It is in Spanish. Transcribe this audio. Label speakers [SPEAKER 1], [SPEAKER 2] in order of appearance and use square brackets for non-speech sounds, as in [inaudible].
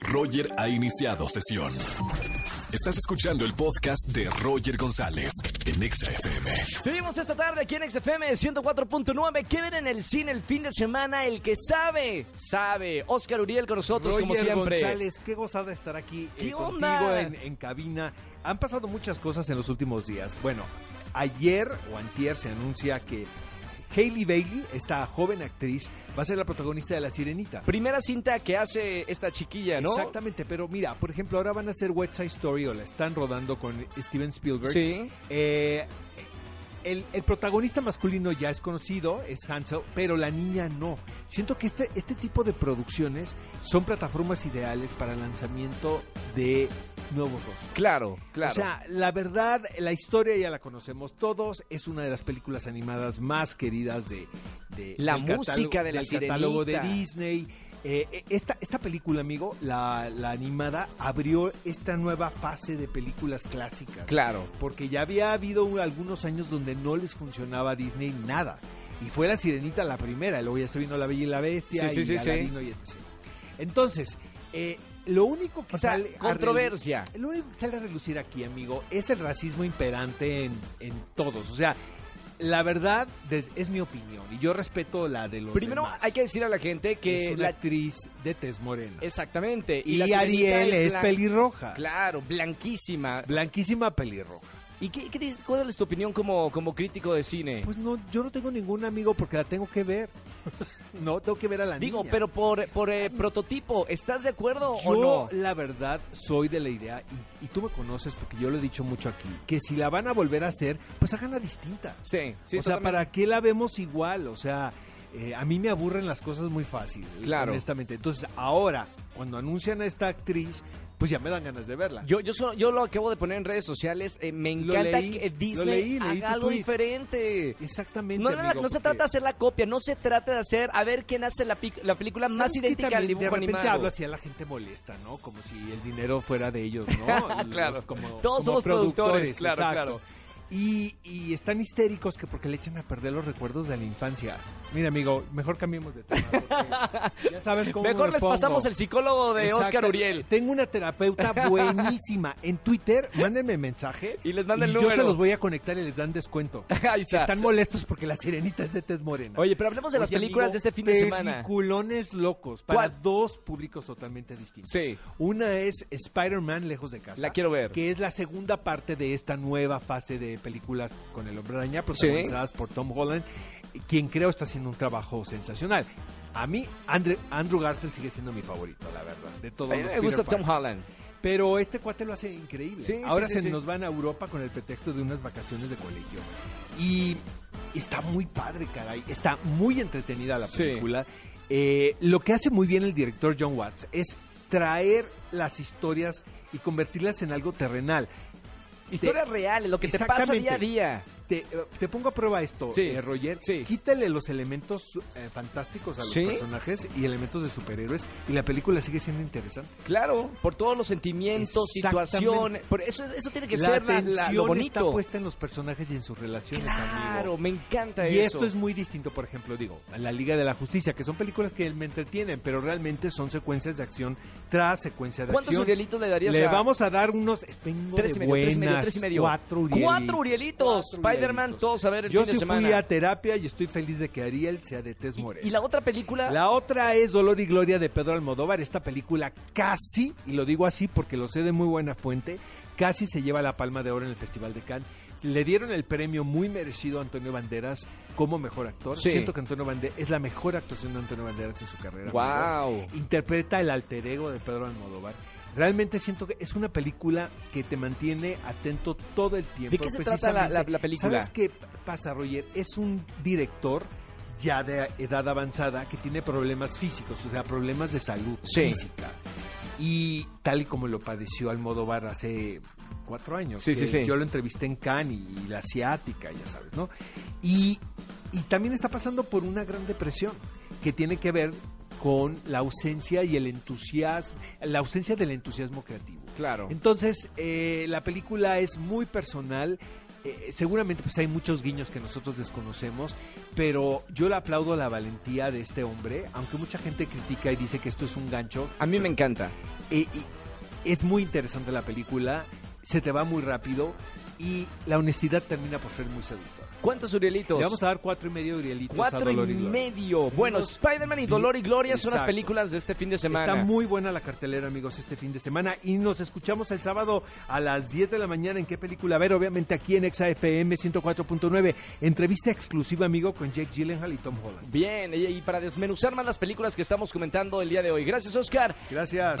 [SPEAKER 1] Roger ha iniciado sesión. Estás escuchando el podcast de Roger González en EXA-FM.
[SPEAKER 2] Seguimos esta tarde aquí en XFM 104.9. ¿Qué ver en el cine el fin de semana? El que sabe, sabe. Oscar Uriel con nosotros, como
[SPEAKER 3] Roger
[SPEAKER 2] siempre.
[SPEAKER 3] González, qué gozada estar aquí
[SPEAKER 2] ¿Qué
[SPEAKER 3] eh, contigo
[SPEAKER 2] onda?
[SPEAKER 3] en, en cabina. Han pasado muchas cosas en los últimos días. Bueno, ayer o antier se anuncia que Hailey Bailey, esta joven actriz, va a ser la protagonista de La Sirenita.
[SPEAKER 2] Primera cinta que hace esta chiquilla, ¿no?
[SPEAKER 3] Exactamente, pero mira, por ejemplo, ahora van a hacer West Side Story o la están rodando con Steven Spielberg.
[SPEAKER 2] Sí.
[SPEAKER 3] Eh, el, el protagonista masculino ya es conocido, es Hansel, pero la niña no. Siento que este, este tipo de producciones son plataformas ideales para el lanzamiento de nuevos rostros.
[SPEAKER 2] Claro, claro.
[SPEAKER 3] O sea, la verdad, la historia ya la conocemos todos. Es una de las películas animadas más queridas de, de-
[SPEAKER 2] La
[SPEAKER 3] del
[SPEAKER 2] música de La
[SPEAKER 3] del catálogo de
[SPEAKER 2] Sirenita.
[SPEAKER 3] Disney. Eh, eh, esta, esta película, amigo, la, la animada, abrió esta nueva fase de películas clásicas
[SPEAKER 2] claro.
[SPEAKER 3] porque ya había habido un- algunos años donde no les funcionaba a Disney nada. Y fue la sirenita la primera, y luego ya se vino la Bella y la Bestia,
[SPEAKER 2] Sí, sí,
[SPEAKER 3] y
[SPEAKER 2] sí, sí.
[SPEAKER 3] Aladino y etc. Entonces, eh, lo único que
[SPEAKER 2] O sea,
[SPEAKER 3] sale a
[SPEAKER 2] controversia.
[SPEAKER 3] relu- Lo único que sale a relucir aquí, amigo, es el racismo imperante en, en todos. O sea, la verdad des- es mi opinión, y yo respeto la de los
[SPEAKER 2] Primero
[SPEAKER 3] demás.
[SPEAKER 2] hay que decir a la gente que
[SPEAKER 3] es una
[SPEAKER 2] la...
[SPEAKER 3] actriz de tez morena.
[SPEAKER 2] Exactamente.
[SPEAKER 3] y
[SPEAKER 2] la sirenita
[SPEAKER 3] Ariel es,
[SPEAKER 2] blan-
[SPEAKER 3] pelirroja.
[SPEAKER 2] Claro, blanquísima.
[SPEAKER 3] Blanquísima pelirroja.
[SPEAKER 2] ¿Y qué, qué dices- cuál es tu opinión como, como crítico de cine?
[SPEAKER 3] Pues no, yo no tengo ningún amigo porque la tengo
[SPEAKER 2] [laughs]
[SPEAKER 3] que ver. no, tengo que ver a la
[SPEAKER 2] Digo,
[SPEAKER 3] niña.
[SPEAKER 2] pero por, por eh, prototipo, ¿estás de acuerdo
[SPEAKER 3] yo,
[SPEAKER 2] o no?
[SPEAKER 3] la verdad, soy de la idea, y, y tú me conoces porque yo lo he dicho mucho aquí, que si la van a volver a hacer, pues háganla distinta.
[SPEAKER 2] Sí, sí.
[SPEAKER 3] o sea,
[SPEAKER 2] totalmente.
[SPEAKER 3] ¿para qué la vemos igual? O sea, eh, a mí me aburren las cosas muy fácil,
[SPEAKER 2] Claro.
[SPEAKER 3] honestamente. Entonces, ahora, cuando anuncian a esta actriz, pues ya me dan ganas de verla.
[SPEAKER 2] Yo, yo, solo- yo lo acabo de poner en redes sociales. eh, me
[SPEAKER 3] Lo
[SPEAKER 2] encanta
[SPEAKER 3] leí,
[SPEAKER 2] que
[SPEAKER 3] lo
[SPEAKER 2] Disney
[SPEAKER 3] leí, leí
[SPEAKER 2] haga
[SPEAKER 3] tu
[SPEAKER 2] algo
[SPEAKER 3] tuit.
[SPEAKER 2] diferente.
[SPEAKER 3] Exactamente.
[SPEAKER 2] No, no,
[SPEAKER 3] amigo,
[SPEAKER 2] no se
[SPEAKER 3] porque-
[SPEAKER 2] trata de hacer la copia, no se trata de hacer a ver quién hace la, pic- la película más
[SPEAKER 3] ¿Sabes qué
[SPEAKER 2] idéntica al
[SPEAKER 3] también
[SPEAKER 2] dibujo
[SPEAKER 3] De repente
[SPEAKER 2] animado.
[SPEAKER 3] hablo así a la gente molesta, ¿no? Como si el dinero fuera de ellos,
[SPEAKER 2] [laughs]
[SPEAKER 3] ¿no?
[SPEAKER 2] Claro.
[SPEAKER 3] Los- como,
[SPEAKER 2] Todos somos productores, claro, claro.
[SPEAKER 3] Y, y están histéricos que porque le echan a perder los recuerdos de la infancia. Mira, amigo, mejor cambiemos de tema.
[SPEAKER 2] [laughs]
[SPEAKER 3] porque Ya sabes cómo
[SPEAKER 2] Mejor
[SPEAKER 3] me
[SPEAKER 2] les
[SPEAKER 3] pongo.
[SPEAKER 2] pasamos el psicólogo de
[SPEAKER 3] Exacta-
[SPEAKER 2] Oscar Uriel.
[SPEAKER 3] Tengo
[SPEAKER 2] [laughs]
[SPEAKER 3] una terapeuta buenísima en Twitter. Mándenme mensaje.
[SPEAKER 2] Y les manda el
[SPEAKER 3] y
[SPEAKER 2] número.
[SPEAKER 3] Yo se los voy a conectar y les dan descuento.
[SPEAKER 2] [laughs] Ahí
[SPEAKER 3] Si
[SPEAKER 2] está.
[SPEAKER 3] están molestos porque la sirenita es de tez morena.
[SPEAKER 2] Oye, pero hablemos de las
[SPEAKER 3] Oye,
[SPEAKER 2] películas
[SPEAKER 3] amigo,
[SPEAKER 2] de este fin de semana.
[SPEAKER 3] Peliculones locos para
[SPEAKER 2] ¿Cuál?
[SPEAKER 3] dos públicos totalmente distintos.
[SPEAKER 2] Sí.
[SPEAKER 3] Una es Spider-Man Lejos de Casa.
[SPEAKER 2] La quiero ver.
[SPEAKER 3] Que es la segunda parte de esta nueva fase de películas con el Hombre Araña, protagonizadas por Tom Holland, quien creo está haciendo un trabajo sensacional. A mí, Andre- Andrew Garfield sigue siendo mi favorito, la verdad, de todos
[SPEAKER 2] A mí
[SPEAKER 3] los
[SPEAKER 2] me gusta
[SPEAKER 3] Peter
[SPEAKER 2] Tom
[SPEAKER 3] Parker.
[SPEAKER 2] Holland.
[SPEAKER 3] Pero este cuate lo hace increíble.
[SPEAKER 2] Sí, sí,
[SPEAKER 3] Ahora
[SPEAKER 2] sí,
[SPEAKER 3] se
[SPEAKER 2] sí.
[SPEAKER 3] nos van a Europa con el pretexto de unas vacaciones de colegio. Y está muy padre, caray. Está muy entretenida la
[SPEAKER 2] Sí.
[SPEAKER 3] película. Eh, lo que hace muy bien el director John Watts es traer las historias y convertirlas en algo terrenal.
[SPEAKER 2] Historias reales, lo que te pasa día a
[SPEAKER 3] Exactamente.
[SPEAKER 2] día.
[SPEAKER 3] Te, eh, te pongo a prueba esto,
[SPEAKER 2] Sí.
[SPEAKER 3] eh, Roger.
[SPEAKER 2] Sí.
[SPEAKER 3] Quítale los elementos eh, fantásticos a los
[SPEAKER 2] Sí.
[SPEAKER 3] personajes y elementos de superhéroes y la película sigue siendo interesante.
[SPEAKER 2] Claro, por todos los sentimientos,
[SPEAKER 3] Exactamente.
[SPEAKER 2] situaciones. Por eso, eso tiene que
[SPEAKER 3] la
[SPEAKER 2] ser la- la- lo
[SPEAKER 3] atención está
[SPEAKER 2] bonito.
[SPEAKER 3] puesta en los personajes y en sus relaciones, amigo.
[SPEAKER 2] Claro, me encanta
[SPEAKER 3] Y
[SPEAKER 2] eso.
[SPEAKER 3] esto es muy distinto, por ejemplo, digo, a la Liga de la Justicia, que son películas que me entretienen, pero realmente son secuencias de acción tras secuencia de
[SPEAKER 2] ¿Cuántos
[SPEAKER 3] acción.
[SPEAKER 2] Urielitos le darías
[SPEAKER 3] Le
[SPEAKER 2] a-
[SPEAKER 3] vamos a dar unos tengo
[SPEAKER 2] Tres y
[SPEAKER 3] de
[SPEAKER 2] medio, tres y medio,
[SPEAKER 3] buenas,
[SPEAKER 2] tres y medio.
[SPEAKER 3] cuatro Urielitos.
[SPEAKER 2] Cuatro Urielitos.
[SPEAKER 3] Cuatro
[SPEAKER 2] Spider-Man,
[SPEAKER 3] Urielitos.
[SPEAKER 2] todos a ver el
[SPEAKER 3] Yo
[SPEAKER 2] fin de
[SPEAKER 3] sí
[SPEAKER 2] semana.
[SPEAKER 3] fui a terapia y estoy feliz de que Ariel sea de Tess Moreno.
[SPEAKER 2] y, y la otra película,
[SPEAKER 3] La otra es Dolor y Gloria de Pedro Almodóvar. Esta película casi, y lo digo así porque lo sé de muy buena fuente, casi se lleva la palma de oro en el Festival de Cannes. Le dieron el premio muy merecido a Antonio Banderas como mejor actor.
[SPEAKER 2] Sí.
[SPEAKER 3] Siento que Antonio Banderas es la mejor actuación de Antonio Banderas en su carrera. amigo.
[SPEAKER 2] wow.
[SPEAKER 3] Interpreta el alter ego de Pedro Almodóvar. Realmente siento que es una película que te mantiene atento todo el tiempo.
[SPEAKER 2] ¿De qué se trata la, la-
[SPEAKER 3] precisamente
[SPEAKER 2] la película?
[SPEAKER 3] ¿Sabes qué p- pasa, Roger? Es un director ya de edad avanzada que tiene problemas físicos, o sea, problemas de salud
[SPEAKER 2] Sí.
[SPEAKER 3] física. Y tal y como lo padeció Almodóvar hace cuatro años.
[SPEAKER 2] Sí,
[SPEAKER 3] que
[SPEAKER 2] sí, sí.
[SPEAKER 3] Yo lo entrevisté en Cannes y, y la asiática, ya sabes, ¿no? Y, y también está pasando por una gran depresión que tiene que ver con la ausencia y el entusiasmo, la ausencia del entusiasmo creativo.
[SPEAKER 2] Claro.
[SPEAKER 3] Entonces, eh, la película es muy personal. eh, seguramente pues hay muchos guiños que nosotros desconocemos, pero yo le aplaudo la valentía de este hombre, aunque mucha gente critica y dice que esto es un gancho.
[SPEAKER 2] A mí me encanta.
[SPEAKER 3] Eh, y es muy interesante la película, se te va muy rápido y la honestidad termina por ser muy seductora.
[SPEAKER 2] ¿Cuántos Urielitos?
[SPEAKER 3] Le vamos a dar cuatro y medio Urielitos a
[SPEAKER 2] Cuatro
[SPEAKER 3] Dolor
[SPEAKER 2] y
[SPEAKER 3] Gloria.
[SPEAKER 2] medio. Bueno,
[SPEAKER 3] Unos-
[SPEAKER 2] Spider-Man y Dolor y Gloria son las
[SPEAKER 3] Exacto.
[SPEAKER 2] películas de este fin de semana.
[SPEAKER 3] Está muy buena la cartelera, amigos, este fin de semana. Y nos escuchamos el sábado a las 10 de la mañana. ¿En qué película? A ver, obviamente aquí en ExaFM 104.9. Entrevista exclusiva, amigo, con Jake Gyllenhaal y Tom Holland.
[SPEAKER 2] Bien, y, y para desmenuzar más las películas que estamos comentando el día de hoy. Gracias, Oscar.
[SPEAKER 3] Gracias.